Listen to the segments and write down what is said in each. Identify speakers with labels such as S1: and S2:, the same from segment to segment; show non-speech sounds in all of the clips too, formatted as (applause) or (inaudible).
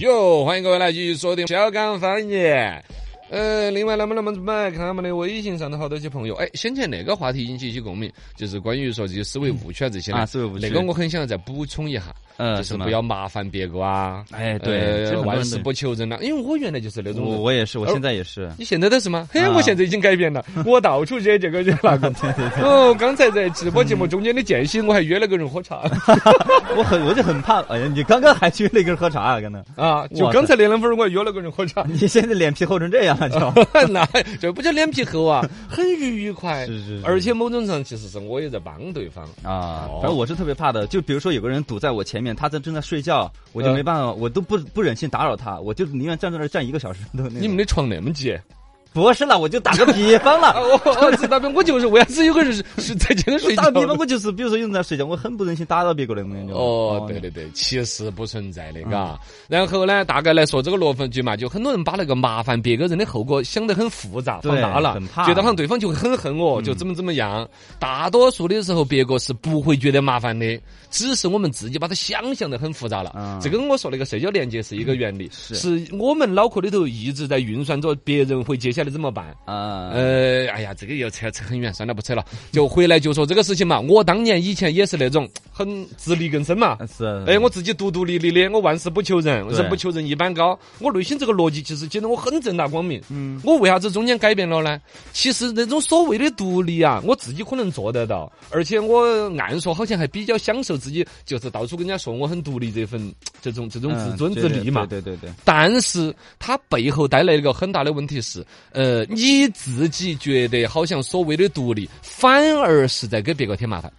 S1: 哟，欢迎各位来继续锁定小刚方言。呃，另外，那么那么买看我们的微信上头好多些朋友，哎，先前那个话题引起一些共鸣，就是关于说这些思维误区啊这些
S2: 啊，
S1: 呢。
S2: 思维误
S1: 那
S2: 区
S1: 个，我很想再补充一下，
S2: 呃，
S1: 就是
S2: 吗
S1: 不要，麻烦别个啊。
S2: 哎，
S1: 呃
S2: 对，这很多
S1: 万
S2: 人
S1: 事
S2: 都
S1: 不求人了，因为我原来就是那种
S2: 我
S1: 人。
S2: 我也是，我
S1: 而
S2: 现在
S1: (laughs)
S2: 也是，
S1: 你现在都是吗？嘿，
S2: 啊
S1: 我现在已经改变
S2: (laughs)
S1: 了，我到处惹这个惹那个。哦，刚才在直播节
S2: 嗯
S1: 目中间的间隙，我还约了个人喝茶
S2: 我很我就很怕，哎呀，你刚刚还去那个人喝茶啊，刚刚，
S1: 啊！就
S2: 哇塞
S1: 刚才那两分儿，我还约了个人喝茶。
S2: 你现在脸皮厚成这样了，
S1: (laughs)
S2: 就，
S1: 那这不叫脸皮厚啊，很愉快。
S2: 是是是
S1: 而且某种上其实是我也在帮对方。
S2: 啊
S1: 哦，
S2: 反正我是特别怕的。就比如说有个人堵在我前面，他在正在睡觉，我就
S1: 嗯
S2: 没办法，我都不不忍心打扰他，我就宁愿站在那儿站一个小时都那种。
S1: 你们的床那么挤啊！
S2: 不是了，我就打个比方了。
S1: 我我哦知道，我就是为啥子有个人是是在这个睡觉
S2: 打
S1: 的？
S2: 个比方，我就是比如说有人在睡觉，我很不忍心打扰别个那种感觉。
S1: 哦，对对对，其实不存在
S2: 嗯
S1: 的，嘎。然后呢，大概来说这个罗分局嘛，就很多人把那个麻烦别个人的后果想得很复杂，
S2: 对
S1: 放大了
S2: 很，怕嗯
S1: 觉得好像对方就会很恨我，就怎么怎么样。大多数的时候，别个是不会觉得麻烦的，只是我们自己把它想象得很复杂了
S2: 嗯。
S1: 这跟我说那个社交连接是一个原理，
S2: 是
S1: 是我们脑壳里头一直在运算着别人会接下来怎么办。
S2: 啊，
S1: 呃，哎呀，这个又扯扯很远，算了，不扯了。就回来就说这个事情嘛，我当年以前也是那种很自力更生嘛，
S2: 是
S1: 哎，我自己独独立立的，我万事不求人，
S2: 嗯对
S1: 人不求人一般高。我内心这个逻辑其实显得我很正大光明。
S2: 嗯，
S1: 我为啥子中间改变了呢？其实那种所谓的独立啊，我自己可能做得到，而且我按说好像还比较享受自己，就是到处跟人家说我很独立这份这种这种
S2: 嗯
S1: 自尊自立嘛。
S2: 对对对对，
S1: 但是它背后带来一个很大的问题是，呃，你自己觉得好像所谓的独立，反而是在给别个添麻烦。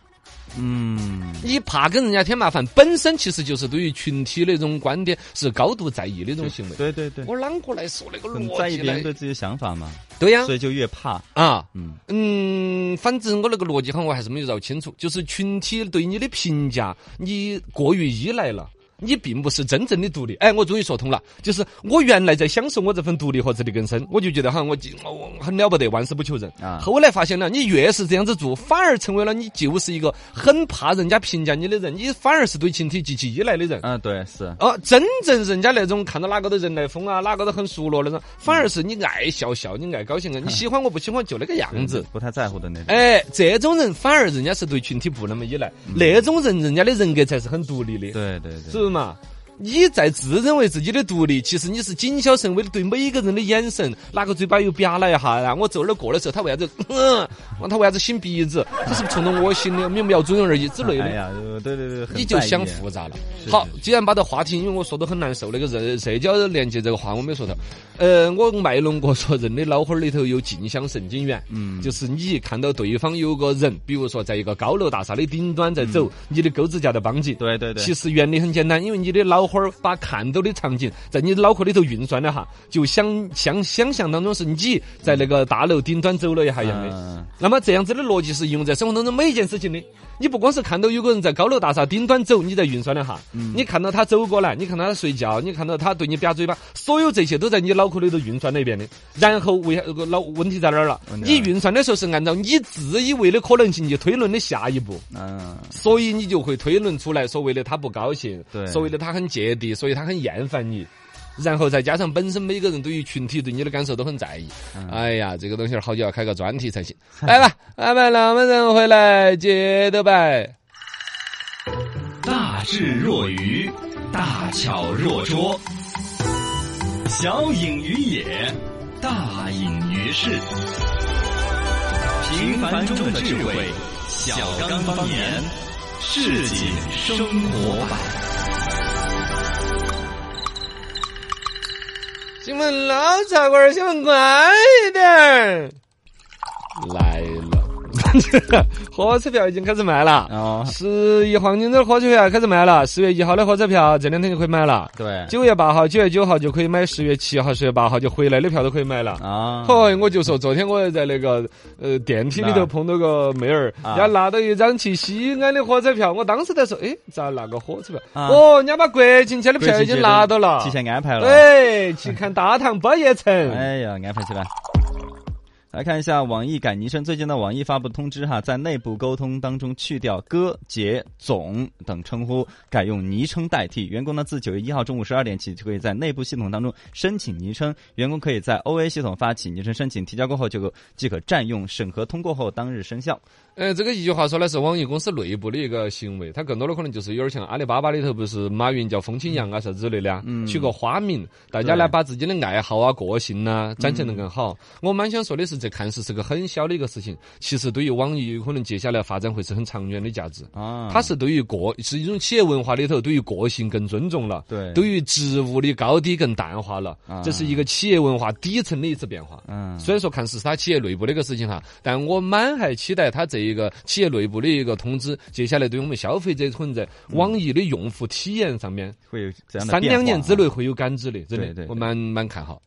S2: 嗯，
S1: 你怕跟人家添麻烦，本身其实就是对于群体那种观点是高度在意的一种行为。
S2: 对对对，
S1: 我啷个来说那个
S2: 很
S1: 逻
S2: 在意
S1: 辑
S2: 别人
S1: 呢
S2: 对？自己的想法嘛，
S1: 对呀
S2: 所，以就越怕。
S1: 啊，
S2: 嗯，
S1: 嗯，反正我那个逻辑好像我还是没有绕清楚，就是群体对你的评价，你过于依赖了。你并不是真正的独立，哎，我终于说通了，就是我原来在享受我这份独立和自力更生，我就觉得好像我就我我很了不得，万事不求人。
S2: 啊
S1: 后来发现了，你越是这样子做，反而成为了你就是一个很怕人家评价你的人，你反而是对群体极其依赖的人。
S2: 啊，对，是，
S1: 哦，真正人家那种看到哪个都人来疯啊，哪个都很熟络那种，反而是你爱笑笑，你爱高兴啊，你喜欢我不喜欢就那个样子。
S2: 不太在乎的那种。
S1: 哎，这种人反而人家是对群体不那么依赖，那种人人家的人格才是很独立的，
S2: 对对对，
S1: 是不是嘛？你在自认为自己的独立，其实你是谨小慎微的，对每一个人的眼神，哪个嘴巴又吧啦一下啊？我走那儿过的时候，他为啥子？嗯，他为啥子擤鼻子？他是不是冲着我擤的？明不要准而已之类
S2: 哎
S1: 的。
S2: 呀，对对对，很
S1: 你就
S2: 在意
S1: 想复杂了。
S2: 是
S1: 好
S2: 是，
S1: 既然把这话题，因为我说的很难受，那个社社交连接这个话我没说到。呃，我卖弄过说，人的脑壳儿里头有镜像神经元，
S2: 嗯
S1: 就是你看到对方有个人，比如说在一个高楼大厦的顶端在走，你的钩子架在绑紧。
S2: 对对对，
S1: 其实原理很简单，因为你的脑壳儿把看到的场景在你脑壳里头运算了哈，就想想想象当中是你在那个大楼顶端走了一下一样的。
S2: 嗯
S1: 那么这样子的逻辑是应用在生活当中每一件事情的。你不光是看到有个人在高楼大厦顶端走，你在运算了哈，
S2: 嗯
S1: 你看到他走过来，你看到他睡觉，你看到他对你吧嘴巴，所有这些都在你脑壳里头运算了一遍的。然后为那个脑问题在哪儿了
S2: 问？题在
S1: 你
S2: 哪儿
S1: 运算的时候是按照你自以为的可能性去推论的下一步，
S2: 嗯，
S1: 所以你就会推论出来所谓的他不高兴，
S2: 对
S1: 所谓的他很芥蒂，所以他很厌烦你。然后再加上本身每个人对于群体对你的感受都很在意，哎呀，这个东西儿好久要开个专题才行。来吧，来吧，那么人回来接着摆。
S3: 大智若愚，大巧若拙，小隐于野，大隐于市。平凡中的智慧，小刚方言，市井生活版。
S1: 新闻老茶馆，新闻快一点儿。来了， (laughs) 火车票已经开始卖了。
S2: 哦，
S1: 十一黄金周火车票开始卖了，十月一号的火车票这两天就可以买了。
S2: 对，
S1: 九月八号、九月九号就可以买，十月七号、十月八号就回来的票都可以买了。
S2: 啊，
S1: 嘿，我就说昨天我也在那个呃电梯里
S2: 哪
S1: 头
S2: 儿
S1: 碰到个妹儿，
S2: 啊
S1: 人家拿到一张去西安的火车票，我当时在说，哎，咋拿个火车票？
S2: 啊
S1: 哦，人家把国庆节的票已经拿到了哎
S2: 提。前安排了。哎
S1: 对，去看大唐包夜城。
S2: 哎呀，安排起来。来看一下网易改昵称，最近呢，网易发布通知哈，在内部沟通当中去掉“哥”“姐”“总”等称呼，改用昵称代替。员工呢，自九月一号中午十二点起，就可以在内部系统当中申请昵称。员工可以在 OA 系统发起昵称申请，提交过后就即可占用，审核通过后当日生效。
S1: 呃，这个一句话说呢，是网易公司内部的一个行为，它更多的可能就是有点像阿里巴巴里头不是马云叫风清扬啊啥之类的啊，取个花名，大家呢把自己的爱好啊、个性呐展现得更好。我蛮想说的是，这看似是个很小的一个事情，其实对于网易可能接下来发展会是很长远的价值。
S2: 啊
S1: 它是对于个是一种企业文化里头对于个性更尊重了，
S2: 对
S1: 对于职务的高低更淡化了，这是一个企业文化底层的一次变化。
S2: 嗯
S1: 虽然说看似是他企业内部的一个事情哈，但我蛮还期待他这一个企业内部的一个通知，接下来对我们消费者可能在网易的用户体验上面，
S2: 嗯会有怎样的
S1: 三
S2: 嗯变化
S1: 两年之
S2: 啊
S1: 内会有感知的，真
S2: 对
S1: 的
S2: 对，
S1: 我蛮蛮看好。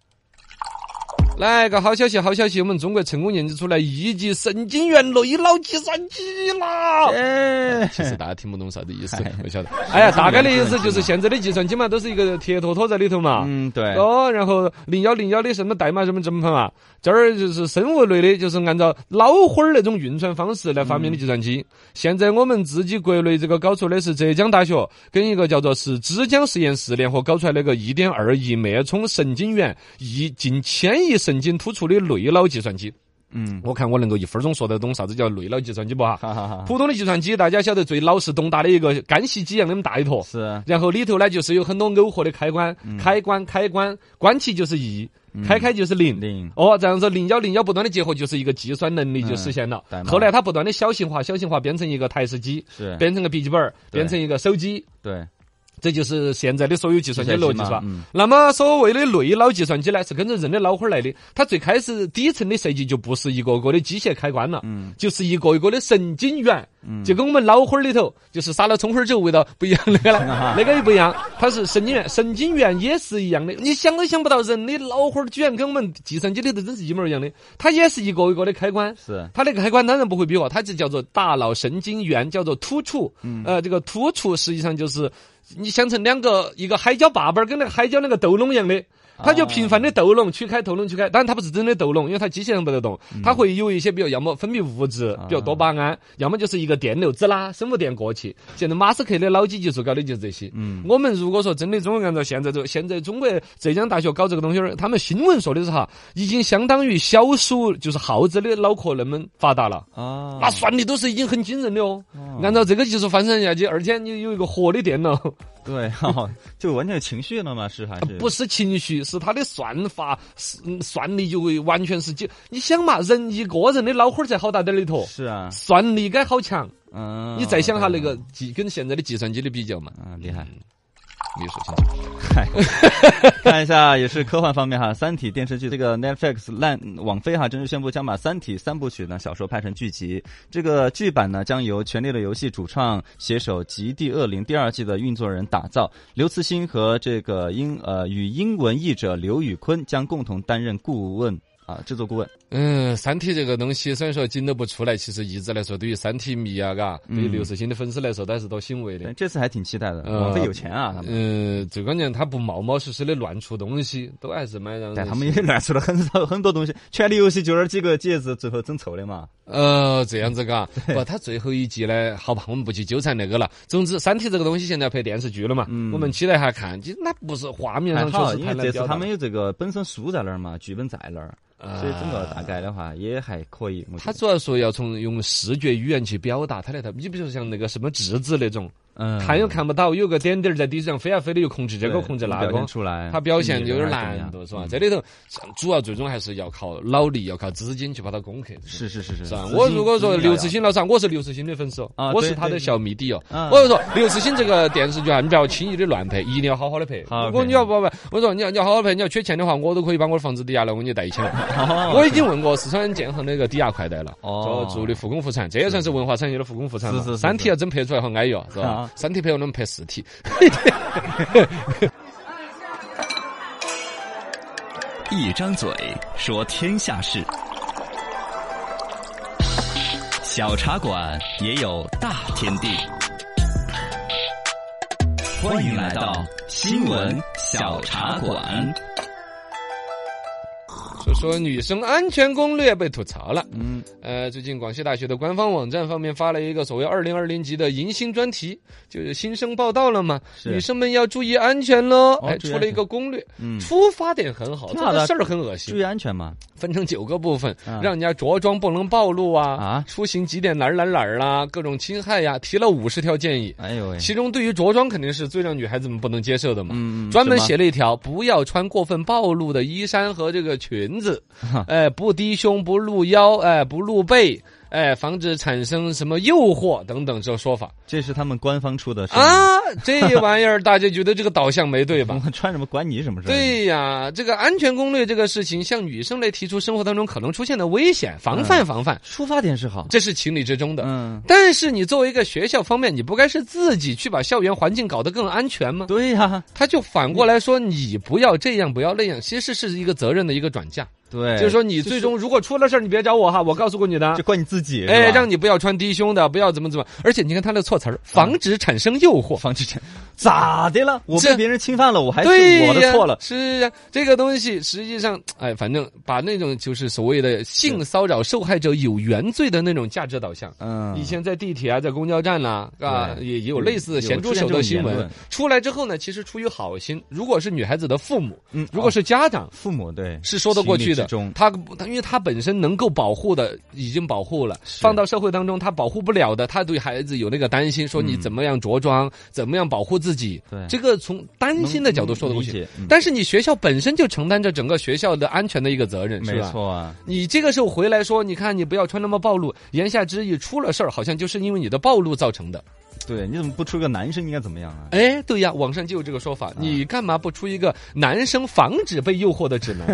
S1: 来个好消息，好消息！我们中国成功研制出来一级神经元内脑计算机
S2: (laughs)
S1: 啦！
S2: 哎，
S1: 其实大家听不懂啥子意思
S2: 哎，
S1: 我晓得。哎呀，大概的意思
S2: (laughs)
S1: 就是现在的计算机嘛，都是一个铁坨坨在里头嘛。
S2: 嗯，对，
S1: 哦，然后零幺零幺的什么代码什么什么嘛，这儿就是生物类的，就是按照脑花儿那种运算方式来发明的计算机。现在我们自己国内这个搞出的是浙江大学跟一个叫做是枝江实验室联合搞出来那个一点二亿脉冲神经元一近千亿神经突触的内脑计算机。
S2: 嗯，
S1: 我看我能够一分钟说得懂啥子叫内脑计算机不哈？
S2: 哈哈哈，
S1: 普通的计算机，大家晓得最老实懂大的一个干洗机一样那么大一坨，
S2: 是啊
S1: 然后里头呢就是有很多耦合的开关，
S2: 嗯
S1: 开关开关关起就是一，开开就是零。
S2: 零
S1: 哦，这样子零幺零幺不断的结合，就是一个计算能力就实现了。
S2: 嗯代码
S1: 后来它不断的小型化，小型化变成一个台式机，
S2: 是，
S1: 变成个笔记本儿，
S2: 对
S1: 变成一个手机，
S2: 对，
S1: 这就是现在的所有计算机逻辑，是吧？
S2: 嗯
S1: 那么所谓的内脑计算机呢，是跟着人的脑花儿来的。它最开始底层的设计就不是一个个的机械开关了，
S2: 嗯
S1: 就是一个一个的神经元，
S2: 嗯
S1: 就跟我们脑花儿里头就是撒了葱花儿酒味道不一样那个
S2: (laughs)
S1: 呢，那个也不一样，它是神经元，神经元也是一样的。你想都想不到，人的脑花儿居然跟我们计算机里头真是一模一样的，它也是一个一个的开关。
S2: 是，
S1: 它那个开关当然不会比我，它就叫做大脑神经元，叫做突触。呃，这个突触实际上就是你想成两个一个海椒坝坝儿跟那个海椒那个斗笼一样的。它就频繁的斗笼曲开，斗笼曲开，当然它不是真的斗笼，因为它机械上不得动，它会有一些，比如要么分泌物质，比如多巴胺，要么就是一个电流滋啦，生物电过去。现在马斯克的脑机技术搞的就是这些。嗯，我们如果说真的中国按照现在这现在中国浙江大学搞这个东西儿，他们新闻说的是哈，已经相当于小鼠就是耗子的脑壳那么发达了。
S2: 啊
S1: 那算力都是已经很惊人的哦。按照这个技术发展下去，而且你有一个活的电脑，
S2: 对， (laughs) 哦就完全有情绪了嘛，是还是
S1: 啊不是情绪，是它的算法是嗯算力就会完全是就你想嘛，人一个人的脑花儿才好大点儿里头，
S2: 是啊，
S1: 算力该好强。
S2: 嗯，
S1: 你再想下那个计跟现在的计算机的比较嘛，
S2: 对，嗯，厉害。
S1: 你说清楚。
S2: (laughs) 看一下，也是科幻方面哈，《三体》电视剧这个 Netflix 烂网飞哈，正式宣布将把《三体》三部曲呢小说拍成剧集。这个剧版呢将由《权力的游戏》主创、携手《极地恶灵》第二季的运作人打造，刘慈欣和这个英呃与英文译者刘宇昆将共同担任顾问啊、制作顾问。
S1: 嗯，《三体》这个东西虽然说紧都不出来，其实一直来说，对于《三体》迷啊，嘎，
S2: 嗯
S1: 对于刘慈欣的粉丝来说，都还是多欣慰的
S2: 但。哎这次还挺期待的，
S1: 呃
S2: 网飞有钱啊，他们。
S1: 嗯，最关键他不冒冒失失的乱出东西，都还是蛮让
S2: 但
S1: 人
S2: 他们也 (laughs) 乱出了很多很多东西，《权力游戏》就是几个戒指最后整臭的嘛。
S1: 呃，这样子嘎，
S2: (laughs)
S1: 不，它最后一季呢，好吧，我们不去纠缠那个了。总之，《三体》这个东西现在要拍电视剧了嘛，我们期待一下看。其实那不是画面
S2: 嗯还
S1: 上确
S2: 好，
S1: 实
S2: 因
S1: 太
S2: 为
S1: 难
S2: 这次
S1: 表
S2: 他
S1: 达
S2: 们。有这个本身书在那儿嘛，剧本在那儿，
S1: 啊
S2: 所以整个大概的话也还可以。我觉
S1: 他
S2: 得
S1: 主要说要从用视觉语言去表达他那套，你比如说像那个什么质子那种，
S2: 嗯
S1: 看又看不到，有个点点儿在地上飞啊飞的，又控制这个
S2: 对
S1: 控制
S2: 能
S1: 那
S2: 表
S1: 个
S2: 现，出来，
S1: 他表现
S2: 嗯
S1: 有点
S2: 还是怎么
S1: 难
S2: 样
S1: 度是吧？这里头主要最终还是要靠脑力，要靠资金去把它攻克。
S2: 是是是是
S1: 是吧
S2: 资？金
S1: 我如果说
S2: 资金要
S1: 刘慈
S2: (laughs)
S1: 欣老师啊，我是刘慈欣的粉丝哦，
S2: 啊
S1: 我是
S2: 对
S1: 他的
S2: 对
S1: 小迷弟哦。
S2: 嗯
S1: 我就说刘慈欣这个电视剧啊，你不要轻易的乱拍，一定要好好的拍。
S2: 好好
S1: 如果
S2: 拍
S1: 你要不不，我说你要你要好好拍，你要缺钱的话，我都可以把我的房子抵押了，我给你贷一千万。
S2: (laughs) 哦
S1: 我已经问过四川建行那个抵押快贷了，
S2: 哦
S1: 做做的复工复产，这也算是文化产业的复工复产嘛。
S2: 是是是
S1: 三体要真拍出来好安逸哦，是吧
S2: 啊？
S1: 三体拍我能拍四体。
S3: 一张嘴说天下事，小茶馆也有大天地。欢迎来到新闻小茶馆。
S1: 就说女生安全攻略被吐槽了。
S2: 嗯，
S1: 呃，最近广西大学的官方网站方面发了一个所谓“二零二零级”的迎新专题，就是新生报道了嘛，
S2: 是
S1: 女生们要注意安全喽。
S2: 哦
S1: 哎，
S2: 注意
S1: 出了一个攻略，
S2: 嗯
S1: 出发点很好，
S2: 挺
S1: 这
S2: 好的
S1: 个事儿很恶心
S2: 注。意安全嘛。
S1: 分成九个部分，
S2: 嗯
S1: 让人家着装不能暴露啊，
S2: 啊
S1: 出行几点哪儿哪儿哪儿啦，各种侵害呀、提了五十条建议。
S2: 哎呦喂，
S1: 其中对于着装肯定是最让女孩子们不能接受的嘛，
S2: 嗯
S1: 专门
S2: 什么
S1: 写了一条，不要穿过分暴露的衣衫和这个裙子，哎、不低胸，不露腰，哎、不露背，哎、防止产生什么诱惑等等这说法
S2: 这是他们官方出的是吗， (laughs)
S1: 啊，这玩意儿大家觉得这个导向没对吧？
S2: 我穿什么关你什么事？，
S1: 对呀，这个安全攻略这个事情，向女生来提出生活当中可能出现的危险，防范防范，
S2: 出发点是好。
S1: 这是情理之中的。
S2: 嗯，
S1: 但是你作为一个学校方面，你不该是自己去把校园环境搞得更安全吗？
S2: 对呀，
S1: 他就反过来说，你不要这样，不要那样，其实是一个责任的一个转嫁，
S2: 对，
S1: 就是说你最终如果出了事儿，你别找我哈，我告诉过你的
S2: 哎就。怪你自己，
S1: 哎，
S2: 是吧
S1: 让你不要穿低胸的，不要怎么怎么，而且你看他的措辞儿，防止产生诱惑，
S2: 防止这咋的了？我被
S1: 这
S2: 别人侵犯了，我还是
S1: 对
S2: 我的
S1: 呀
S2: 错了。
S1: 是呀，这个东西实际上，哎，反正把那种就是所谓的性骚扰受害者有原罪的那种价值导向。
S2: 嗯，
S1: 以前在地铁啊，在公交站啦、啊，
S2: 对
S1: 也也有类似
S2: 有
S1: 的咸猪手的新
S2: 出现这种言论
S1: 闻。出来之后呢，其实出于好心，如果是女孩子的父母，
S2: 嗯
S1: 如果
S2: 哦
S1: 是家长，
S2: 父母对
S1: 是说得过去
S2: 情理
S1: 的
S2: 之中。
S1: 他他因为他本身能够保护的已经保护了，放到社会当中他保护不了的，他对孩子有那个担心，说你怎么样着装，怎么样保护自己
S2: 嗯对，
S1: 这个从担心的角度说得过
S2: 能理
S1: 去
S2: 解嗯。
S1: 但是你学校本身就承担着整个学校的安全的一个责任，是
S2: 没
S1: 吧？
S2: 错啊，
S1: 你这个时候回来说，你看你不要穿那么暴露，言下之意出了事儿，好像就是因为你的暴露造成的。
S2: 对，你怎么不出个男生应该怎么样啊？
S1: 哎，对呀，网上就有这个说
S2: 嗯
S1: 法，你干嘛不出一个男生防止被诱惑的指
S2: (laughs)
S1: 南？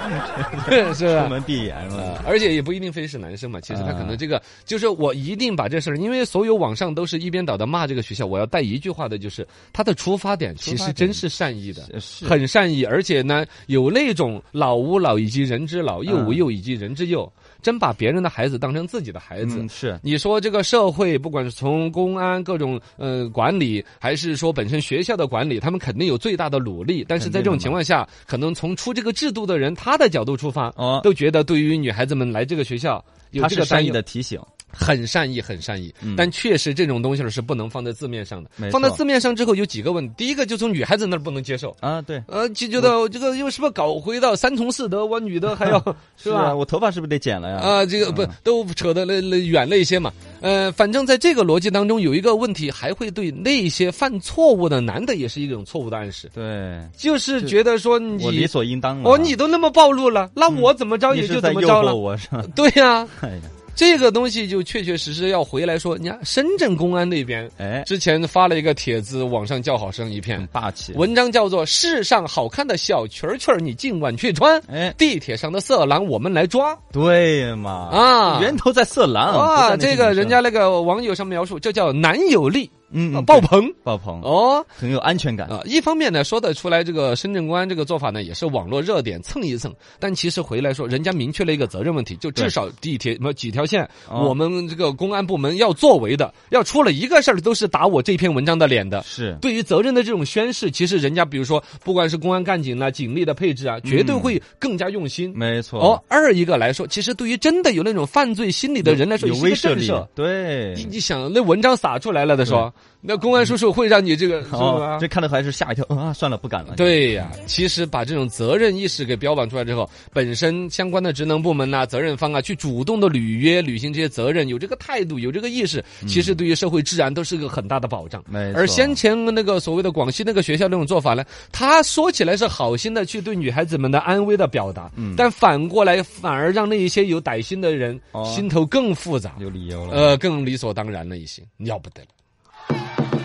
S1: (laughs) 是
S2: 出
S1: 吧？
S2: 门闭眼
S1: 呃
S2: 了，，
S1: 而且也不一定非是男生嘛，其实他可
S2: 啊
S1: 能这个、就是我一定把这事儿，因为所有网上都是一边倒的骂这个学校，我要带一句话的就是他的出发点其
S2: 出发
S1: 实
S2: 点
S1: 真是善意的。
S2: 呃是
S1: 很善意，而且呢，有那种老吾老以及人之老，幼吾
S2: 嗯
S1: 幼以及人之幼，真把别人的孩子当成自己的孩子
S2: 嗯。是
S1: 你说这个社会，不管是从公安各种呃管理，还是说本身学校的管理，他们肯定有最大的努力。但是在这种情况下，可能从出这个制度的人他的角度出发，
S2: 哦
S1: 都觉得对于女孩子们来这个学校有
S2: 他
S1: 这
S2: 是
S1: 个担
S2: 善意
S1: 忧，
S2: 的提醒，
S1: 很善意，很善意。
S2: 嗯
S1: 但确实这种东西儿是不能放在字面上的
S2: 没。错
S1: 放在字面上之后有几个问题，第一个就从女孩子那儿不能接受。
S2: 啊，对，
S1: 呃，就觉得这个又是不是搞回到三从四 (laughs) 德，我女的还要是吧
S2: 啊，？我头发是不是得剪了呀？
S1: 啊，这个不都扯得了了远了一些嘛？呃，反正在这个逻辑当中，有一个问题，还会对那些犯错误的男的也是一种错误的暗示，
S2: 对，
S1: 就是觉得说你
S2: 我理所应当了。啊
S1: 哦，你都那么暴露了，那我怎么着
S2: 你
S1: 也
S2: 是
S1: 就
S2: 在
S1: 怎么
S2: 诱
S1: 着
S2: 惑
S1: 了。
S2: 我是吧？
S1: 对呀、
S2: 哎呀，
S1: 这个东西就确确实实要回来说，你看深圳公安那边
S2: 哎，
S1: 之前发了一个帖子，网上叫好声一
S2: 很
S1: 片，
S2: 霸气。
S1: 文章叫做《世上好看的小裙儿裙儿你尽管去穿》。
S2: 哎，
S1: 地铁上的色狼，我们来抓
S2: 对嘛，
S1: 啊！
S2: 源头在色
S1: 啊，
S2: 狼不在那
S1: 这
S2: 些
S1: 个
S2: 女生
S1: 人家那个网友上描述，这叫男友力、啊
S2: 嗯嗯
S1: 爆
S2: 对
S1: 棚
S2: 爆棚，
S1: 哦
S2: 很有安全感。
S1: 啊！一方面呢，说得出来这个深圳公安这个做法呢，也是网络热点蹭一蹭，但其实回来说，人家明确了一个责任问题，就
S2: 对
S1: 至少地铁什么几条线，
S2: 哦
S1: 我们这个公安部门要作为的，要出了一个事儿都是打我这篇文章的脸的。
S2: 是，
S1: 对于责任的这种宣誓，其实人家比如说，不管是公安干警啦、警力的配置啊，绝对会更加用心。
S2: 嗯没错。
S1: 哦，，二一个来说，其实对于真的有那种犯罪心理的人来说，
S2: 有
S1: 也是一个
S2: 威慑
S1: 震
S2: 力嗯
S1: 慑。，
S2: 对
S1: 你。你想，那文章撒出来了的时候，那公安叔叔会让你这个是
S2: 哦
S1: 吧，？
S2: 这看到还是吓一跳啊！算了，不敢了。，
S1: 对呀、其实把这种责任意识给标榜出来之后，本身相关的职能部门呐、责任方啊，去主动的履约、履行这些责任，有这个态度、有这个意识，其实对于社会治安都是个很大的保障。
S2: 嗯没错。
S1: 而先前那个所谓的广西那个学校那种做法呢，他说起来是好心的去对女孩子们的安危的表达，
S2: 嗯
S1: 但反过来反而让那一些有歹心的人、
S2: 哦嗯
S1: 心头更复杂，
S2: 有理由了。
S1: 呃，更理所当然了一些，要不得了。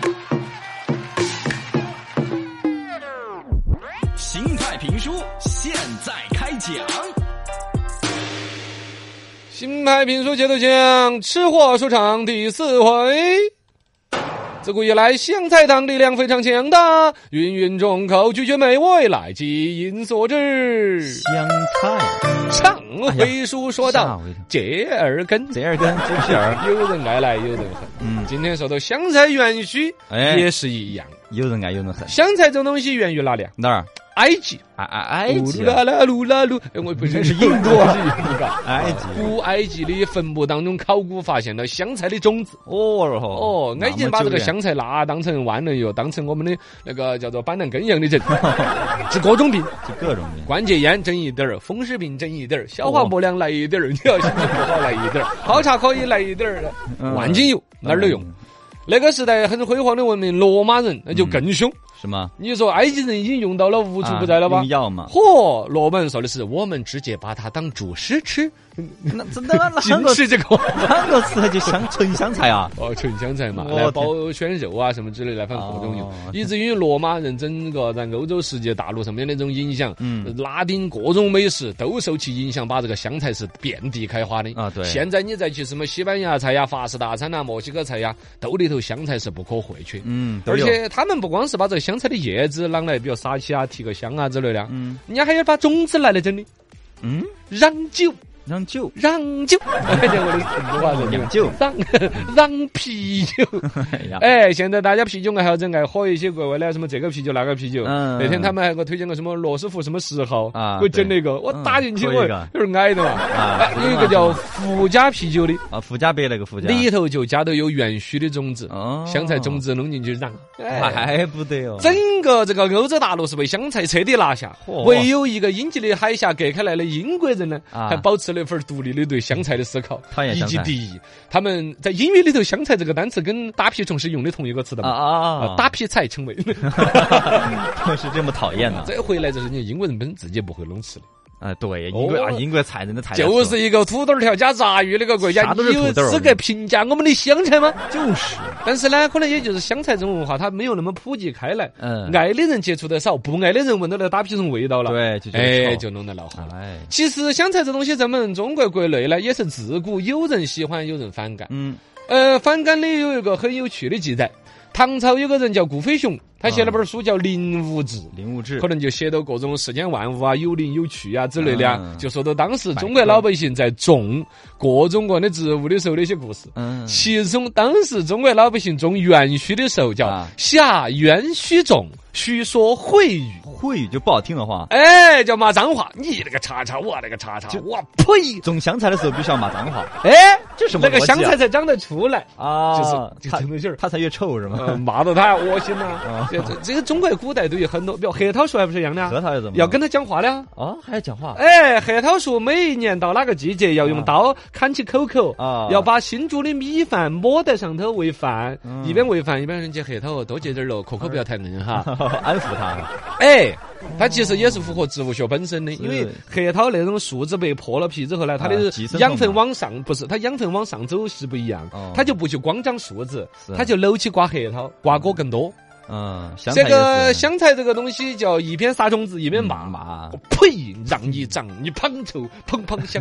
S3: 心态评书现在开讲。
S1: 新派评书节奏讲吃货出场第四回。自古以来，湘菜党力量非常强大，芸芸众口拒绝美味，乃基因所致。
S2: 香菜，
S1: 上
S2: 哎
S1: 回书说
S2: 吓
S1: 到
S2: 我一跳
S1: 折耳根，
S2: 贼耳根，猪
S1: (laughs)
S2: 皮儿，
S1: 有人爱来有人恨。
S2: 嗯
S1: 今天说到湘菜元虚
S2: 哎
S1: 也是一样，
S2: 有人爱，有人恨。
S1: 湘菜这种东西源于哪里啊？
S2: 那儿
S1: 埃及，
S2: 埃埃埃及
S1: 噜啦
S2: 啊，
S1: 啦噜啦噜，哎我不
S2: (laughs)
S1: 认识印度 (laughs) 啊，
S2: 哎埃及，
S1: 古埃及的坟墓当中，考古发现了香菜的种子。
S2: 哦
S1: 哦，埃及人把这个，
S2: 那么久远
S1: 香菜辣当成万能药，当成我们的那个叫做板蓝根一样
S2: (laughs)
S1: 的整，治各种病，
S2: 就各种病。
S1: 关节炎整一点儿，风湿病整一
S2: 哦
S1: 点儿，消化不良来一点儿，你要心情不好来一
S2: (laughs)
S1: 点儿，好茶可以来一点儿，
S2: 嗯
S1: 万金油哪儿都用。那个时代很辉煌的文明，罗马人那
S2: 嗯
S1: 就更凶。
S2: 什么？
S1: 你说埃及人已经用到了无处不在了
S2: 啊
S1: 吧
S2: 用？
S1: (laughs)
S2: 药嘛？
S1: 嚯，罗马人说的是，我们直接把它当主食
S2: (laughs)
S1: 吃，
S2: 那真的那
S1: 仅
S2: 啷个
S1: 吃这个。
S2: 啷个吃就香纯香菜啊？
S1: 哦，纯香菜嘛，
S2: 我
S1: 来
S2: 天
S1: 包选肉啊什么之类来反各种用
S2: 哦，
S1: 以至于罗马人整个在欧洲世界大陆上面那种影响，呃 (laughs)
S2: 嗯
S1: 拉丁各种美食都受其影响，把这个香菜是遍地开花的
S2: 啊对
S1: 现在你再去什么西班牙菜呀、法式大餐呐、墨西哥菜呀，兜里头香菜是不可或缺。
S2: 嗯，都
S1: 而
S2: 有
S1: 且他们不光是把这个香菜的叶子啷来，比如撒起啊、提个香啊之类的啊，
S2: 嗯
S1: 人家还要把种子拿来整的， (laughs)
S2: 嗯，
S1: 瓤酒。
S2: 让就
S1: 瓤酒， (laughs) 哎，这我的成都话是
S2: 酿酒
S1: 瓤 (laughs) 瓤啤酒。
S2: (laughs) 哎呀，
S1: 哎，现在大家啤酒爱好者爱喝一些国外的什么这个啤酒那个啤酒。
S2: 嗯
S1: 那天他们还给我推荐个什么罗斯福什么十号
S2: 啊
S1: 给我整了一个，我
S2: 嗯
S1: 打进去
S2: 喝一
S1: 我有
S2: 个
S1: 点矮的嘛。
S2: 啊
S1: 哎有一个叫福家啤酒的，
S2: 啊，附加杯那个附加，
S1: 里头就加的有原须的种子，
S2: 哦
S1: 香菜种子弄进去瓤。哎
S2: 还不得哦，
S1: 整个这个欧洲大陆是被香菜彻底拿下，
S2: 嚯
S1: 唯有一个英吉利海峡隔开来的英国人呢，
S2: 啊
S1: 还保持了一份独立的对香菜的思考
S2: 讨厌
S1: 以
S2: 香
S1: 及
S2: 菜
S1: 敌意。他们在英语里头，香菜这个单词跟打屁虫是用的同一个词的
S2: 啊
S1: 嘛？
S2: 啊
S1: 啊，，打屁菜
S2: (laughs)
S1: 称谓。
S2: 是这么讨厌呢？
S1: 这回来就是你英国人本身自己不会弄吃的，
S2: 啊，对，英国啊，英国菜真的菜
S1: 就是一个土豆条加炸鱼那个国家，
S2: 啥
S1: 你
S2: 都是
S1: 有
S2: 土豆儿
S1: 资格评价我们的香菜吗？
S2: 就是，
S1: 但是呢，可能也就是香菜这种文化，它没有那么普及开来，
S2: 嗯
S1: 爱的人接触的少，不爱的人闻到那打屁虫味道了，
S2: 对就觉得
S1: 哎，
S2: 臭
S1: 就弄得恼火了。
S2: 哎，
S1: 其实香菜这东西，咱们中国国内呢，也是自古有人喜欢，有人反感。
S2: 嗯，
S1: 呃，反感的有一个很有趣的记载，唐朝有个人叫顾飞雄，他
S2: 啊
S1: 写了本书叫《林物志》。
S2: 林物
S1: (laughs)
S2: 志
S1: 可能就写到各种世间万物啊，有灵有趣啊之类的啊，
S2: 嗯
S1: 就说到当时中国老百姓在种各种各样的植物的时候的一些故事。
S2: 嗯，
S1: 其中，当时中国老百姓种元须的时候叫
S2: 啊
S1: “下元须种，须说会语
S2: 会语就不好听的话”，，
S1: 哎，叫骂脏话，你那个叉叉，我那个叉叉
S2: 就，
S1: 我呸！
S2: 种香菜的时候必须要骂脏话
S1: 哎，
S2: 这什么
S1: 那个
S2: 逻辑啊
S1: 香菜才长得出来，
S2: 啊，
S1: 就是就
S2: 他
S1: 这么劲儿
S2: 他才越臭是嗯吗？
S1: 呃骂到他恶心呐
S2: 啊。
S1: 这这这个中国古代都有很多，比如核桃树还不是一样的啊，
S2: 核桃又怎么？
S1: 要跟他讲话的啊。
S2: 啊，还要讲 (laughs) 话
S1: 哎，核桃树每一年到哪个季节要用刀砍起口口
S2: 啊
S1: 要把新煮的米饭抹在上头喂饭，
S2: 嗯哎
S1: 一边喂饭一边人家核桃多结点儿肉，壳壳不要太硬哈。
S2: 嗯安抚他，
S1: 哎，它其实也是符合植物学本身的，因为
S2: 是
S1: 核桃那种树枝被破了皮之后呢，它的
S2: 啊寄生虫
S1: 养分
S2: 嘛
S1: 往上不是，它养分往上走是不一样
S2: 哦，
S1: 它就不去光长树枝
S2: 是，
S1: 它就搂起瓜核桃，瓜果更多。
S2: 嗯，香菜
S1: 这
S2: 也
S1: 个
S2: 是
S1: 香菜这个东西叫一边撒种子一边
S2: 嗯
S1: 骂。
S2: 骂
S1: 我，呸！让你长，你胖臭，砰砰香。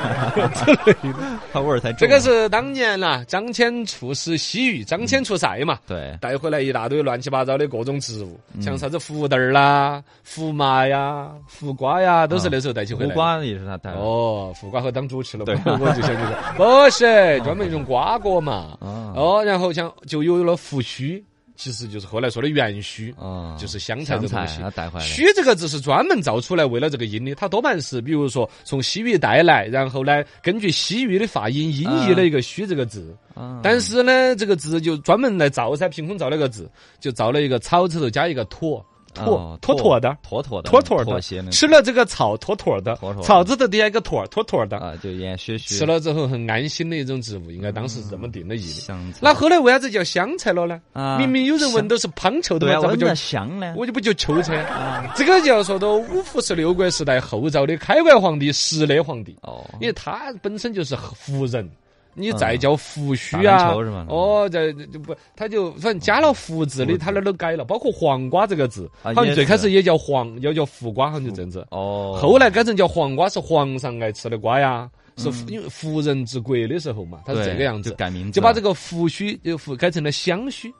S1: 之类的
S2: 它味儿才重
S1: 这个是当年啦，张骞出使西域，张骞出塞嘛，
S2: 对，
S1: 带回来一大堆乱七八糟的各种植物，
S2: 嗯
S1: 像啥子胡豆儿啦、胡麻呀、胡瓜呀，都是那时候带起回来
S2: 胡
S1: 的。
S2: 啊瓜也是他带的。
S1: 哦，胡瓜和当猪吃了嘛，(laughs)
S2: 对
S1: 我就想这
S2: (laughs)
S1: 个，不是专门一种瓜果嘛。
S2: 啊
S1: 哦，然后像就有了胡须，其实就是后来说的元须，
S2: 啊，
S1: 就是香菜
S2: 香
S1: 这
S2: 菜啊
S1: 东西。
S2: 他带回来的，
S1: 须这个字是专门造出来为了这个音的，它多半是比如说从西域带来，然后呢根据西域的发音音译了一个“须”这个字。
S2: 啊
S1: 但是呢，这个字就专门来造噻，凭空造了个字，就造了一个草字头加一个妥，妥
S2: 哦
S1: 妥妥的。
S2: 妥妥的，
S1: 妥妥
S2: 妥
S1: 的
S2: 协那，种
S1: 吃了这个草，妥妥的
S2: 妥妥；的
S1: 草字头底下一个妥，妥妥的。
S2: 啊，就烟熏熏
S1: 吃了之后很安心的一种植物，应该当时是这么定的义的。
S2: 香菜
S1: 那后来为啥子叫香菜了呢？
S2: 嗯啊
S1: 明明有人闻都是胖臭的
S2: 对
S1: 嘛，
S2: 啊，
S1: 咋不
S2: 闻
S1: 叫
S2: 着香呢，
S1: 我就不叫秋菜。这个就要说到五胡十六国时代后赵的开国皇帝石勒皇帝，
S2: 哦，
S1: 因为他本身就是胡人。你再叫胡须
S2: 打
S1: 啊
S2: 篮球是吗，
S1: 哦，这这不，他就反正加了“胡”字的，他那儿都改了，包括黄瓜这个字，
S2: 啊
S1: 好像
S2: 也
S1: 最
S2: 是
S1: 开始也叫黄，要叫胡瓜，好像就这样子。
S2: 哦，
S1: 后来改成叫黄瓜，是皇上爱吃的瓜呀，是因为胡人治国的时候嘛，他是
S2: 嗯对
S1: 这个样子
S2: 就，改名字，
S1: 就把这个胡须就胡改成了香须。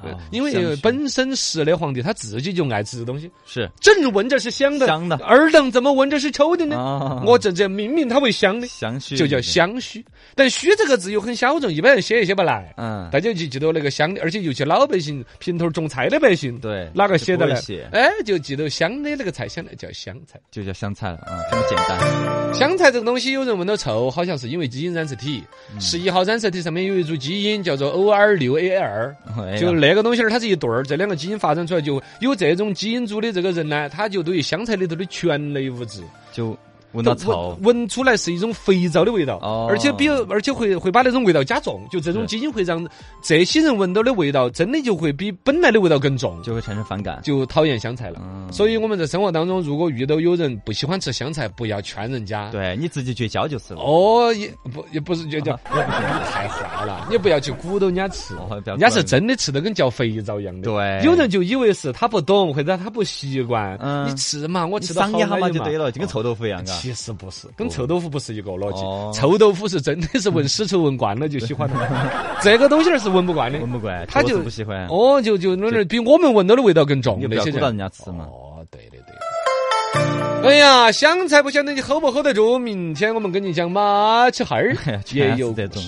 S1: 对
S2: 哦
S1: 啊因
S2: 香
S1: 为
S2: 薰
S1: 本身是的皇帝他自己就爱吃东西，
S2: 是
S1: 朕闻着是香的，
S2: 香的
S1: 尔等怎么闻着是臭的呢？
S2: 啊
S1: 我这这明明它为香的，
S2: 香薰
S1: 就叫，香虚。但“虚”这个字又很小众，一般人写也写不来。
S2: 嗯，
S1: 大家就记得那个香的，而且尤其老百姓平头种菜的百姓，
S2: 对，
S1: 哪个写的
S2: 就不
S1: 来
S2: 会写？
S1: 哎，就记得香的那个菜香的叫香菜。
S2: 就叫香菜了啊，这么简单，
S1: 香菜这个东西，有人闻到臭，好像是因为基因染色体。
S2: 嗯
S1: 十一号染色体上面有一组基因叫做 OR 六 AR，
S2: 哎呀
S1: 就那个东西儿，它是一对儿，这两个基因发展出来就有这种基因组的这个人呢，他就对于香菜里头的醛类物质，
S2: 就闻到草
S1: 闻，闻出来是一种肥皂的味道，
S2: 哦
S1: 而且比而且会会把那种味道加重，就这种基因会让这些人闻到的味道真的就会比本来的味道更重，就
S2: 就会产生反感，
S1: 讨厌香菜了。
S2: 嗯
S1: 所以我们在生活当中，如果遇到有人不喜欢吃香菜，不要劝人家。
S2: 对你自己绝交就是了。
S1: 哦，也不也不是就
S2: (laughs)
S1: 叫太坏了，你不要去鼓捣人家吃
S2: 哦，不要
S1: 人家是
S2: 管
S1: 真的吃的跟嚼肥皂一样的。
S2: 对
S1: 有人就以为是他不懂或者他不习惯，
S2: 嗯
S1: 你吃嘛，我
S2: 你
S1: 吃到
S2: 赏
S1: 好
S2: 一下
S1: 安
S2: 嘛
S1: 逸
S2: 就对了，就跟
S1: 哦
S2: 臭豆腐一样，嘎。
S1: 其实不是，跟臭豆腐不是一个逻辑。
S2: 哦嗯
S1: 臭豆腐是真的是闻屎臭闻惯了就喜欢
S2: (laughs)
S1: 了，这个东西儿是闻不惯的。
S2: 闻不惯，
S1: 他
S2: 臭豆
S1: 就
S2: 腐不喜欢，
S1: 哦，就就那那比我们闻到的味道更重
S2: 你就。不
S1: 那
S2: 要
S1: 些
S2: 鼓捣人
S1: 人。
S2: 家吃嘛。
S1: 哦，对的对的。哎呀，香菜不晓得你 hold 不 hold 得住，明天我们跟你讲马七哈儿
S2: (laughs) 哎呀，全
S1: 也
S2: 是
S1: 有
S2: 这种。